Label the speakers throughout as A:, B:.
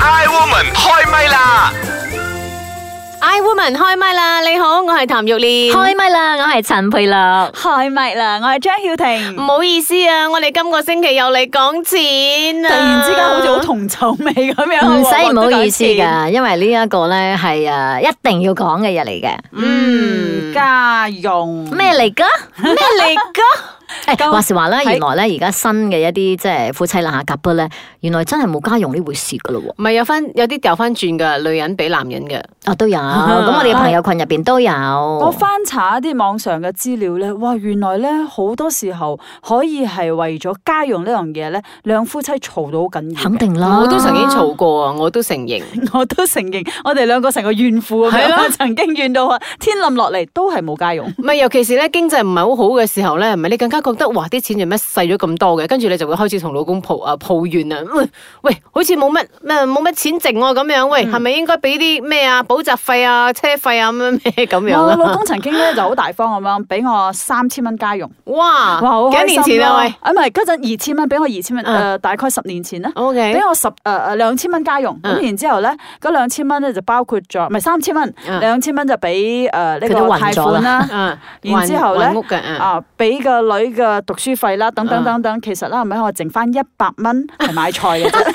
A: Iwoman 開唛啦！
B: I Woman 開唛啦！你好，我係譚玉蓮。
C: 開唛啦！我係陳佩樂。
D: 開唛啦！我係張曉婷。
B: 唔好意思啊，我哋今個星期又嚟講錢啊！
D: 突然之間好似好銅臭味咁
C: 唔
D: 樣，
C: 嗯使
D: 啊我
C: 唔
D: 都
C: 好
D: 講
C: 意思
D: 錢。
C: 㗎，因為呢一個咧係誒一定要講嘅嘢嚟嘅。
D: 嗯，家用
C: 咩嚟㗎？
B: 咩嚟噶？
C: 誒，
D: 咁
C: 話時話啦，
D: 係
C: 原來咧而家新嘅一啲即係夫妻啦嚇夾啵咧，原來真係冇家用呢回事㗎咯
B: 唔
C: 喎。
B: 係有翻有啲掉翻轉噶，女人俾男人嘅。
C: 啊，都有，咁我哋嘅朋友群入邊都有。
D: 我翻查一啲網上嘅資料咧，哇！原來咧好多時候可以係為咗家用呢樣嘢咧，兩夫妻嘈到好緊要。
C: 肯，定
D: 啊
C: 啦，
B: 我都曾經嘈過啊，我都承認。
D: 我都承認，我哋兩個成個怨婦咁
B: 係
D: 樣
B: 咯，
D: 曾經怨到啊，天冧落嚟都係冇家用。
B: 唔係，尤其是咧經濟唔係好好嘅時候咧，唔係你更加覺得哇啲錢做咩細咗咁多嘅，跟住你就會開始同老公抱啊抱怨啊，喂喂，好似冇乜咩冇乜錢剩啊喎咁樣，喂
D: 嗯
B: 係咪應該俾啲咩啊補習費啊車費啊咩咩咁樣
D: 我
B: 啊？
D: 老公曾經咧就好大方咁樣，俾我三千蚊家用。
B: 哇，
D: 哇！好
B: 幾
D: 開
B: 年
D: 心
B: 前啊
D: 啦
B: 喂
D: 啊唔係嗰陣二千蚊，俾我二千蚊，
B: 嗯
D: 誒大概十年前啦。俾
B: ，OK，
D: 我十誒誒兩千蚊家用，
B: 嗯
D: 咁然之後咧，嗰兩千蚊咧就包括咗，唔係三千蚊
B: 嗯，
D: 兩千蚊就俾誒呢
C: 佢都
D: 個
C: 暈咗
D: 貸款啦，
B: 啊，
D: 然之後
B: 還
D: 咧
B: 屋嘅啊，
D: 啊俾個女嘅讀書費啦，等
B: 嗯
D: 等等等，其實啦，唔係我剩翻一百蚊係買菜嘅啫，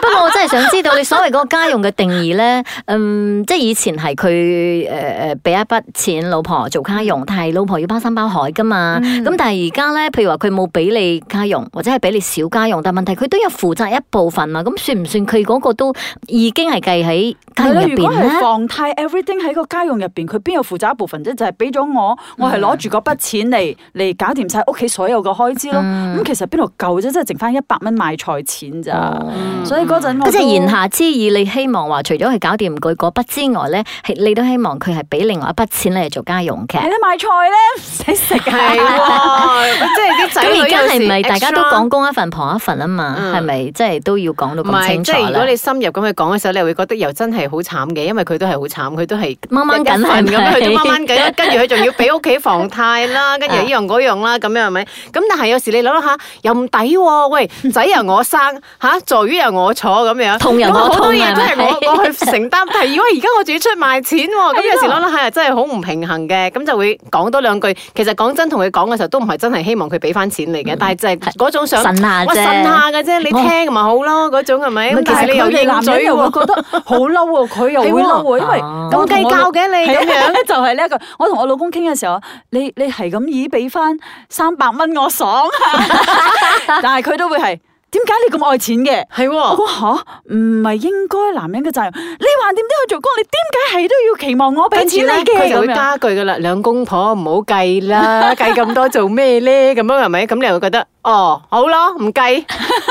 C: 不過我真係想知道你所謂嗰個家用嘅定義咧，嗯，即係以前係佢誒誒俾一筆錢老婆做家用，但係老婆要包山包海噶嘛。
D: 嗯
C: 咁、但係而家咧，譬如話佢冇俾你家用，或者係俾你少家用，但係問題佢都有負責一部分嘛。咁算唔算佢嗰個都已經係計喺家
D: 係
C: 用
D: 啊咯，
C: 入
D: 嗯如果
C: 邊咧
D: 係？放貸 everything 喺個家用入邊，佢邊有負責一部分啫？就係俾咗我，我係攞住嗰筆錢嚟嚟搞掂晒屋企所有嘅開支咯。咁其實邊度夠啫？即係剩翻一百蚊買菜錢咋。
B: 嗯
D: 所以嗰陣我
C: 即係
D: 都
C: 言下之意，你希望話除咗佢搞掂佢嗰筆之外咧，係你都希望佢係俾另外一筆錢你嚟做家用嘅
D: 你。都買菜咧，唔 使食
B: 係
D: 啊！
B: 喎， 即係啲仔女
C: 咁而家
B: 有時
C: 係咪大家都
B: extra
C: 講公一份婆一份啊嘛？
B: 嗯
C: 係咪即係都要講到
B: 唔
C: 咁
B: 係，
C: 清
B: 即
C: 楚
B: 係如果
C: 咧
B: 你？深入咁去講嘅時候，你又會覺得又真係好慘嘅，因為佢都係好慘，佢都係
C: 掹掹緊係
B: 一份咁，
C: 咪
B: 佢都掹掹 緊，跟住佢仲要俾屋企房貸啦，跟住呢樣嗰樣啦，咁樣係咪？咁但係有時你諗一下，又唔抵喎， 喂，仔又我生嚇，座魚又我坐咁樣，
C: 同人
B: 咁
C: 我
B: 好多
C: 痛
B: 嘢
C: 係
B: 都係
C: 咪
B: 我我去承擔，但係如果而家我自己出賣錢喎，咁有時諗諗下又真係好唔平衡嘅，咁就會講多兩句。其實講真，同佢講嘅時候都唔係真係希望佢俾翻錢你嘅，但係就係嗰種想
C: 嗯呻下
B: 我
C: 啫
B: 呻下嘅啫，你聽咪好咯，嗰種係咪？
C: 唔係
B: 咁
C: 其實
B: 但係你
D: 佢
B: 又
D: 哋
B: 應
D: 男人
B: 嘴
D: 又會
B: 喎，
D: 覺得好嬲喎，佢又會嬲喎，因為
C: 哦
B: 咁計較嘅你
C: 啊
B: 咁樣。
D: 就係呢一個。我同我老公傾嘅時候，你你係咁以俾翻三百蚊我爽啊， 但係佢都會係點解你咁愛錢嘅？
B: 係
D: 我
B: 喎，
D: 講吓，唔係應該男人嘅責任。你還掂都有做工，你點解係都要期望我俾
B: 跟住
D: 錢
B: 咧
D: 你
B: 佢
D: 嘅
B: 就會
D: 咁樣？
B: 加句噶啦，兩公婆唔好計啦，計咁多做咩咧？咁樣係咪？咁你又會覺得哦，好咯，唔計，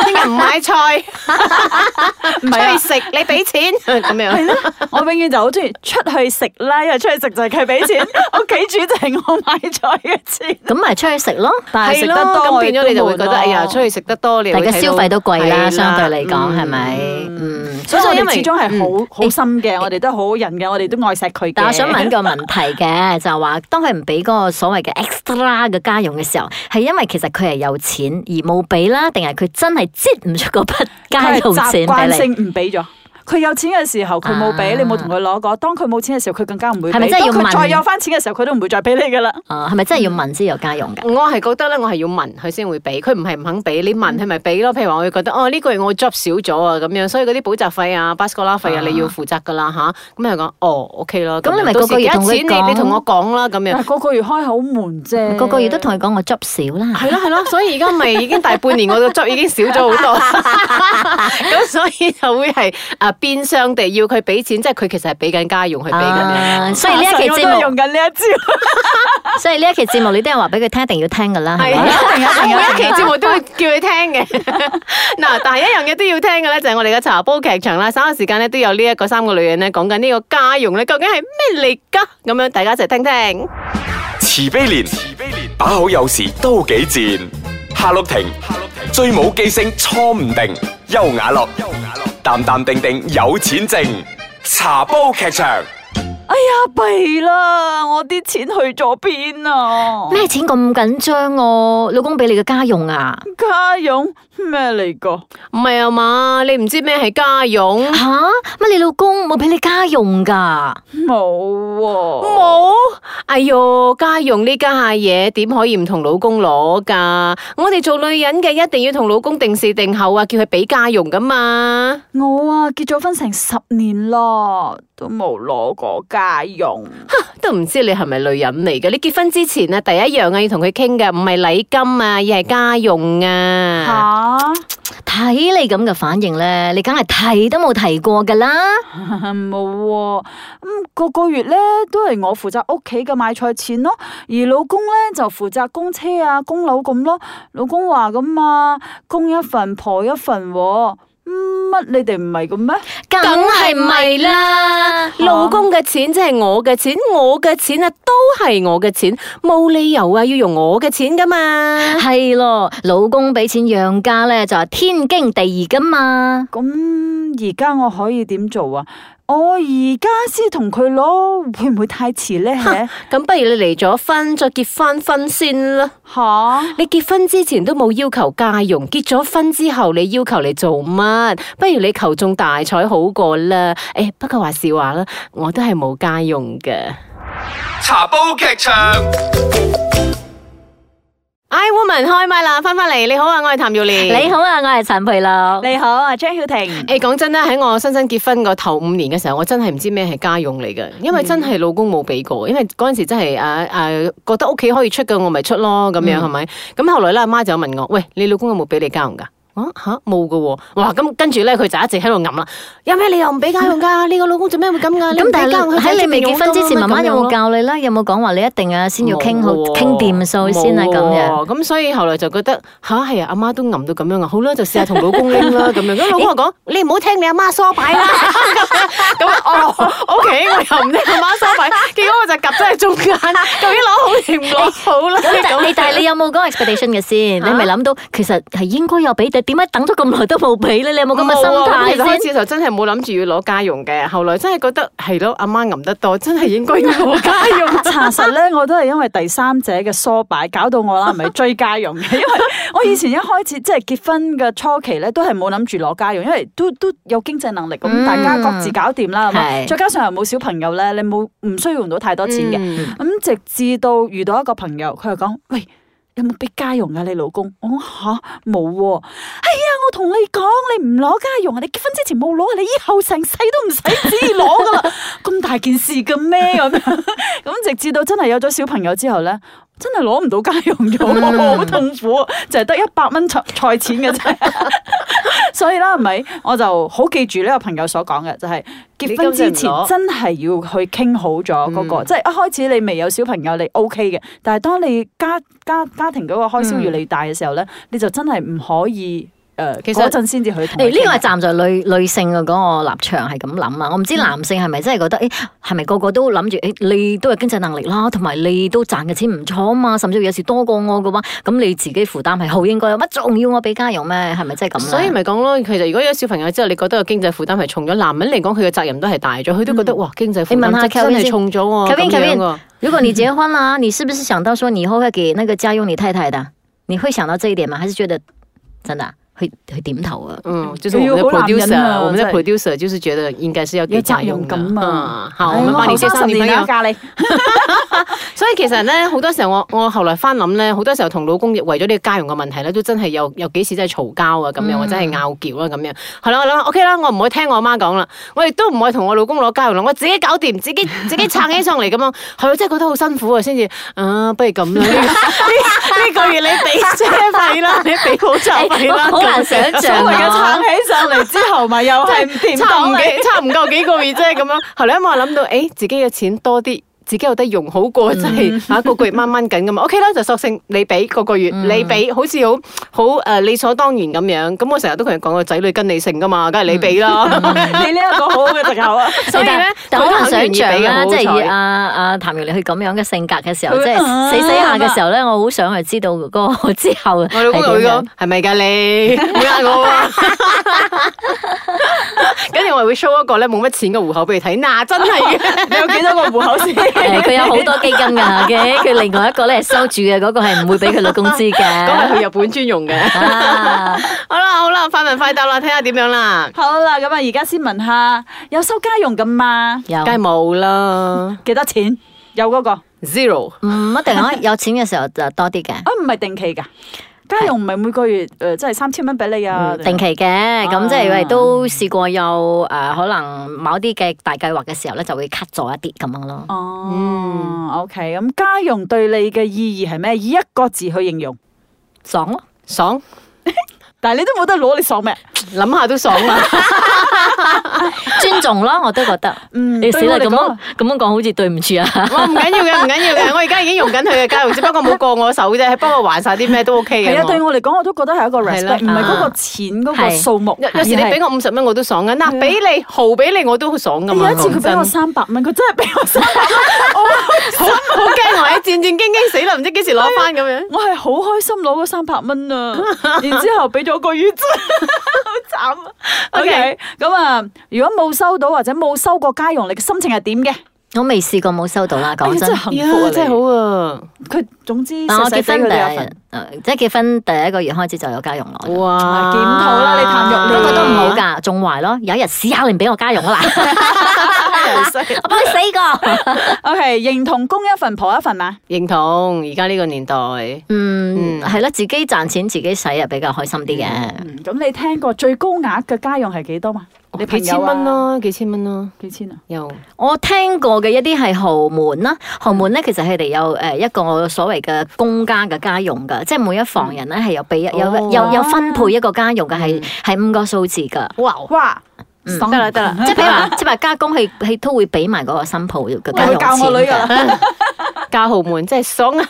B: 聽日唔買菜，
D: 唔係啊
B: 出去食，你俾錢咁
D: 係
B: 樣。
D: 咯， 我永遠就好中意出去食啦，因為出去食就係佢俾 錢，屋企煮就係我買菜嘅錢。
C: 咁咪出去食咯，
D: 但係食
B: 係
D: 得
B: 咯，
D: 多，
B: 咁變咗你就會覺得，哎呀，出
D: 去。
B: 去食得多，你
C: 大家消費都貴啦，相對嚟
B: 嚟
C: 講係咪？嗯。
D: 所以我哋始終係
B: 嗯
D: 好好心嘅，我哋都係好人嘅，我哋都愛錫佢嘅。
C: 但我想問個問 題嘅，就係話當佢唔俾嗰個所謂嘅 extra 嘅家用嘅時候，係因為其實佢係有錢而冇俾啦，定係佢真係擠唔出嗰筆家用
D: 佢係習
C: 錢
D: 慣
C: 俾你？
D: 性唔俾咗。佢有錢嘅時候佢冇俾，
C: 啊
D: 你冇同佢攞過。當佢冇錢嘅時候，佢更加唔會俾。
C: 係咪真係要
D: 當佢
C: 問
D: 再有翻錢嘅時候，佢都唔會再俾你噶啦。
C: 啊，係咪
B: 嗯
C: 真係要問先有家用㗎？
B: 我係覺得咧，我係要問佢先會俾，佢唔係唔肯俾，你
C: 嗯
B: 問佢咪俾咯。譬如話，我會覺得哦呢個月我 job 少咗啊，咁樣，所以嗰啲補習費啊、巴士哥啦費啊，你要負責噶啦吓，咁佢講哦，OK 咯。
C: 咁你
B: 樣
C: 咪個個月
B: 到時幾多錢
C: 同佢講
B: 你你同我講啦，咁
D: 但
B: 樣
D: 係。個個月開好悶啫，
B: 嗯
C: 個個月都同佢講我執少啦。
B: 係咯係咯，所以而家咪已經大半年我嘅 job 已經少咗好 多，咁所以就會係啊變相地要佢俾錢，即係佢其實係俾緊家用去俾緊嘅。
C: 啊，所以呢一期
D: 我
C: 節
D: 都係
C: 目
D: 用。緊呢一招。
C: 所以呢一期節目你都有話俾佢聽，一定要聽噶啦，係
B: 係
C: 咪？
B: 啊，每一期節目都會叫佢聽嘅。 嗱，但係一樣嘢都要聽嘅咧，就係我哋嘅茶煲劇場啦。稍後時間咧都有呢一個三個女人咧講緊呢個家用咧，究竟係咩嚟㗎？咁樣大家一齊聽聽。
A: 慈悲蓮，慈悲蓮，把口有時都幾賤。夏綠庭，夏綠庭，最冇記性錯唔定。優雅樂，優雅樂，淡淡定定有錢剩。茶煲劇場。
C: 啊
D: 呀弊啦，我啲錢去咗邊啊？
C: 咩錢咁緊張哦？老公俾你嘅家用啊？
D: 家用咩嚟噶？
B: 唔係啊嘛，你唔知咩係家用？
C: 吓乜？你老公冇俾你家用㗎？
D: 冇喎、
B: 冇，哎哟，家用呢家下嘢點可以唔同老公攞噶？我哋做女人嘅一定要同老公定時定候啊，叫佢俾家用噶嘛。
D: 我啊結咗婚成十年啦，都冇攞過家用。
B: 都唔知你係咪女人嚟嘅？你結婚之前啊，第一樣啊要同佢傾嘅，唔係禮金啊，而係家用啊。
D: 吓、
C: 睇你咁嘅反應咧，你梗係提都冇提過㗎啦。
D: 冇喎、咁、個個月咧都係我負責屋企嘅買菜錢咯，而老公咧就負責供車啊、供樓咁咯。老公話噶嘛，公一份婆一份喎、嗯乜你哋唔係咁咩？
C: 梗係唔係啦？
B: 老公嘅錢即係我嘅錢，我嘅錢啊都係我嘅錢，冇理由啊要用我嘅錢噶 嘛。
C: 係咯，老公俾錢養家咧就係天經地義㗎嘛。
D: 咁而家我可以點做啊？我而家先同佢攞，會唔會太遲 咧？
B: 咁不如你離咗婚再結翻婚先啦。
D: 吓，
B: 你結婚之前都冇要求家用，結咗婚之後你要求嚟做乜？不如你求中大彩好過啦。誒、不過話是話啦，我都係冇家用嘅。
A: 茶煲劇場。
B: I woman 開麥啦，翻返嚟，你好啊，我係譚耀蓮。
C: 你好啊，我係陳培樂。
D: 你好啊，張曉婷。
B: 誒，講真啦，喺我新新結婚個頭五年嘅時候，我真係唔知咩係家用嚟嘅，因
C: 嗯
B: 為真係老公冇俾過，因為嗰陣時真係誒誒覺得屋企可以出嘅，我咪出咯咁
C: 嗯
B: 樣係咪？咁後來咧，阿媽就問我：喂，你老公有冇俾你家用㗎？啊吓冇㗎喎，哇！咁跟住咧，佢就一直喺度揞啦。有咩理由唔俾家用㗎？你個老公做咩會咁㗎？你唔
C: 咁但
B: 俾家用
C: 係
B: 佢
C: 喺你未結婚之前，媽媽有冇
B: 教？
C: 教你咧？有冇講話你一定啊先要傾好
B: 冇喎
C: 傾掂數先啊咁
B: 冇
C: 樣？
B: 喎咁所以後來就覺得吓係啊，阿媽都揞到咁樣啊，好啦，就試下同老公拎 啦咁樣。咁老公就講：你唔好聽你阿媽梳擺啦。咁哦，OK，我又唔聽阿媽梳 擺，結果我就夾咗喺中間，究竟攞好定唔攞好啦？
C: 咁但你但係你有冇講 expectation 嘅先？你咪諗到其實係應該有俾，但點解等咗咁耐都冇俾咧？你有冇咁嘅心
B: 冇啊咁其實
C: 態
B: 開
C: 先？
B: 始就真係冇諗住要攞家用嘅，後來真係覺得係咯，阿媽揞得多，真係應該要 攞家用。
D: 查實咧，我都係因為第三者嘅梳擺搞到我啦，唔係追家用 嘅。因為我以前一開始即係結婚嘅初期咧，都係冇諗住攞家用，因為都都有經濟能力，咁
C: 嗯
D: 大家各自搞掂啦。咁啊
C: 係
D: 再加上又冇小朋友咧，你冇唔需要用到太多錢嘅。
B: 嗯
D: 咁直至到遇到一個朋友，佢就講：喂，有冇俾家用啊？你老公？我講吓冇喎。哎呀，我同你講，你唔攞家用啊！你結婚之前冇攞啊，你以後成世都唔使旨意攞 噶啦，咁大件事嘅咩咁樣？咁直至到真係有咗小朋友之後咧。真係攞唔到家用咗，
B: 嗯
D: 我好痛苦啊！就係得一百蚊菜菜錢 嘅啫，所以啦，係咪？我就好記住呢個朋友所講嘅，就係、結婚之
B: 你今日
D: 前
B: 唔攞
D: 真係要去傾好咗嗰、個，即係一開始你未有小朋友你 O K 嘅，但係當你家家家庭嗰個開銷越嚟越大嘅時候咧，你就真係唔可以誒
B: 其實
D: 嗰陣先至去同
C: 誒
D: 佢傾。
C: 呢個係站在女女性嘅嗰個立場係咁諗啊，我唔知男性係咪真係覺得誒係咪個個都諗住誒你都有經濟能力啦，同埋你都賺嘅錢唔錯啊嘛，甚至乎有時多過我嘅話，咁你自己負擔係好應該，乜仲要我啊俾家用咩？係咪真係咁咧
B: 所以咪講咯，其實如果有小朋友之後，你覺得個經濟負擔係重咗，男人嚟講佢嘅責任都係大咗，佢都覺
D: 嗯
B: 得哇經濟負
C: 你問
B: 擔
C: 下
B: 真真
C: Kelvin
B: 係
C: 先
B: 重咗喎。
C: Kelvin，
B: 咁樣嗯
C: Kelvin
B: 喎
C: 如果你結婚啦，你是不是想到說你以後會給那個家用你太太的？你會想到這一點嗎？還是覺得真的啊會會點頭啊？
B: 嗯，就是我們的
D: 哎呦好男人
B: producer，、
D: 啊
B: 我們的
D: 真係
B: producer 就是覺得應該是要給
D: 有
B: 家
D: 責任
B: 用的
D: 感啊
B: 嗯，好，我們幫你介紹女朋友。
D: 咖喱。
B: 所以其實咧，好多時候我我後來翻諗咧，好多時候同老公為咗呢個家用嘅問題咧，都真係有有幾次真係嘈交啊，咁
C: 嗯
B: 樣或者係拗撬啦咁樣。係啦，我諗 OK 啦，我唔可以聽我阿媽講啦，我亦都唔可以同我老公攞家用啦，我自己搞掂，自己自己撐起上嚟咁樣，係啊，真係覺得好辛苦啊，先至啊，不如咁啦，呢呢呢個月你俾車費啦，你俾補習費 啦，
C: 哎好難
B: 咁樣
C: 想
D: 所
C: 象
D: 謂嘅
C: 啊
D: 撐！起上嚟之後，咪又 係唔掂
B: 差唔
D: 當
B: 幾
D: 你。
B: 差唔夠幾個月啫咁樣。後來因為我諗到，誒、自己嘅錢多啲。自己有得用好過，真係嚇個個月掹掹緊咁嘛。OK 啦，就索性你俾個個月，你俾好似好好誒理所當然咁樣。咁我成日都同人講個仔女跟你姓噶嘛，梗係你俾啦。
D: 你呢一個好好嘅藉口 啊！
B: 所以咧
C: 但，但好
B: 佢都
C: 難
B: 肯願
C: 想
B: 意俾
C: 象
B: 嘅
C: 啦，
B: 好
C: 即係以
B: 彩
C: 阿阿譚耀你佢咁樣嘅性格嘅時候，
D: 佢
C: 即係
D: 啊
C: 死死下嘅時候咧，我好想去知道嗰個之後
B: 我老公就
C: 係
B: 會
C: 點樣
B: 講：係咪㗎你？唔好呃我啊！跟定我係會 show 一個咧冇乜錢嘅户口俾你睇。嗱，真係嘅。
D: 你有幾多個户口先？
C: 誒佢有好多基金 㗎嘅，佢另外一個咧收住嘅嗰個係唔會俾佢老公知
B: 咁係
C: 嘅。
B: 去日本專用嘅。
C: 啊，
B: 好啦好啦，快問快答啦，睇下點樣啦。
D: 好啦，咁啊，而家先問下，有收家用噶嘛？
C: 有
B: 梗係冇啦
D: 幾多錢？有嗰個啊，
B: ，zero。
C: 唔一定可以有錢嘅時候就多 啲嘅。
D: 唔係定期㗎，家用唔係每個月誒，即係三千蚊俾你啊。
C: 嗯定期嘅，咁即係喂都試過有誒、呃可能某啲嘅大計劃嘅時候咧，就會 cut 咗一啲咁樣咯。
B: 嗯
D: 哦，OK，咁家用對你嘅意義係咩？以一個字去形容，
C: 爽咯，
B: 爽，
D: 但係你都冇得攞，你爽咩？
B: 諗下都爽啊！
C: 尊重咯，我都覺得。
D: 嗯
C: 你死啦，
D: 對
C: 咁
D: 我嚟講
C: 樣咁樣講好似對唔住啊！
B: 我唔緊要嘅，唔緊要 嘅，我而家已經用緊佢嘅家用，只不過冇過我手啫，不過還晒啲咩都 OK 嘅。
D: 係啊，
B: 我
D: 對我嚟講我都覺得係一個
B: 係啦
D: respect，唔係嗰個
C: 啊
D: 錢嗰個
C: 係
D: 數目。
B: 有有時你俾我五十蚊我都爽噶，嗱俾你毫俾你我都好爽噶
D: 有
B: 嘛。
D: 一次佢俾我
B: 講 真
D: 三百蚊，佢真係俾我三百蚊，
B: 好好驚我喺戰戰兢兢死啦，唔知幾時攞翻咁樣。
D: 我我係好開心攞嗰三百 蚊啊！然之後俾咗個月租，好慘啊
B: OK
D: ！OK，咁啊，如果冇收到或者冇收過家用，你嘅心情係點嘅？
C: 我未試過冇收到啦，
D: 哎
C: 講真
D: 呀真。係幸福啊！
B: 真係
D: 你
B: 好啊！
D: 佢總之
C: 但我
D: 細細
C: 結
D: 飛
C: 婚
D: 佢
C: 第
D: 哋有份。
C: 一，誒呃即係結婚第一個月開始就有家用咯。
B: 哇！
D: 檢討啦你探肉
C: 不
D: 你
C: 過都唔好
B: 㗎。
C: 㗎，仲壞咯。有一日試下你唔俾我家用 啊嗱， 我幫你死過。
D: OK，認同公一份婆一份嘛？
B: 認同而家呢個年代，
C: 嗯，係啦，自己賺錢自己使啊，比較開心啲嘅。
D: 嗯，咁你聽過最高額嘅家用係幾多嘛？你
B: 哦幾
D: 朋
B: 千
D: 友
B: 蚊
D: 啊？
B: 咯，幾千蚊咯，
D: 幾千啊？
B: 又
C: 我聽過嘅一啲係豪門啦，豪門
D: 嗯
C: 咧其實佢哋有誒一個所謂嘅公家嘅家用㗎，即係每一房人咧係有俾有
B: 哦
C: 有有分配一個家用嘅係
D: 嗯
C: 係五個數字㗎。
B: 哇！
D: 哇！
C: 嗯
B: 哦
D: 爽
B: 得啦得啦
C: 即係譬如話，即係話家公佢佢都會俾埋嗰個新抱嘅家
D: 我會
C: 用
D: 教我女
C: 錢
D: 㗎
C: 㗎。
B: 嫁豪門真係爽啊！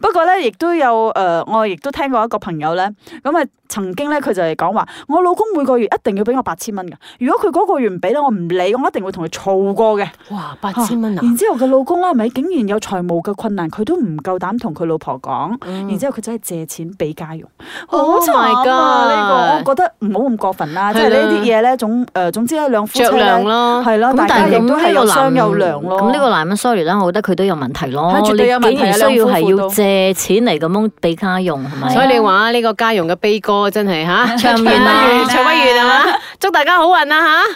D: 不過咧，亦都有誒、呃我亦都聽過一個朋友咧，咁啊曾經咧佢就係講話，嗯我老公每個月一定要俾我八千蚊㗎。如果佢嗰個月唔俾咧，我唔理，我一定會同佢嘈過嘅。
B: 哇！八千蚊啊！
D: 然之後佢老公啦，係咪竟然有財務嘅困難，佢都唔夠膽同佢老婆講，然之後佢真係借錢俾家用，好
B: 嗯 Oh
D: 慘
B: my
D: 啊！呢
B: God
D: 個我覺得唔好咁過分啦，即
B: 係
D: 係
B: 啦
D: 呢啲嘢咧，總誒總之咧兩夫妻
B: 着量
D: 咧
B: 啦，
D: 係啦，
C: 咁
D: 大
C: 但
D: 家
C: 係
D: 亦
C: 咁
D: 都係
C: 呢
D: 有
C: 個
D: 商
C: 男
D: 有量咯。
C: 咁呢個男人 sorry 啦，我覺得佢都有問題咯。
D: 係絕對有問題啊
C: 你竟然需要
D: 兩夫婦
C: 係要
D: 都
C: 借錢嚟咁樣俾家用係咪？
B: 所以你話呢個家用嘅悲歌真係吓，
C: 啊唱唔完啊
B: 唱不完係嘛？祝大家好運啊吓！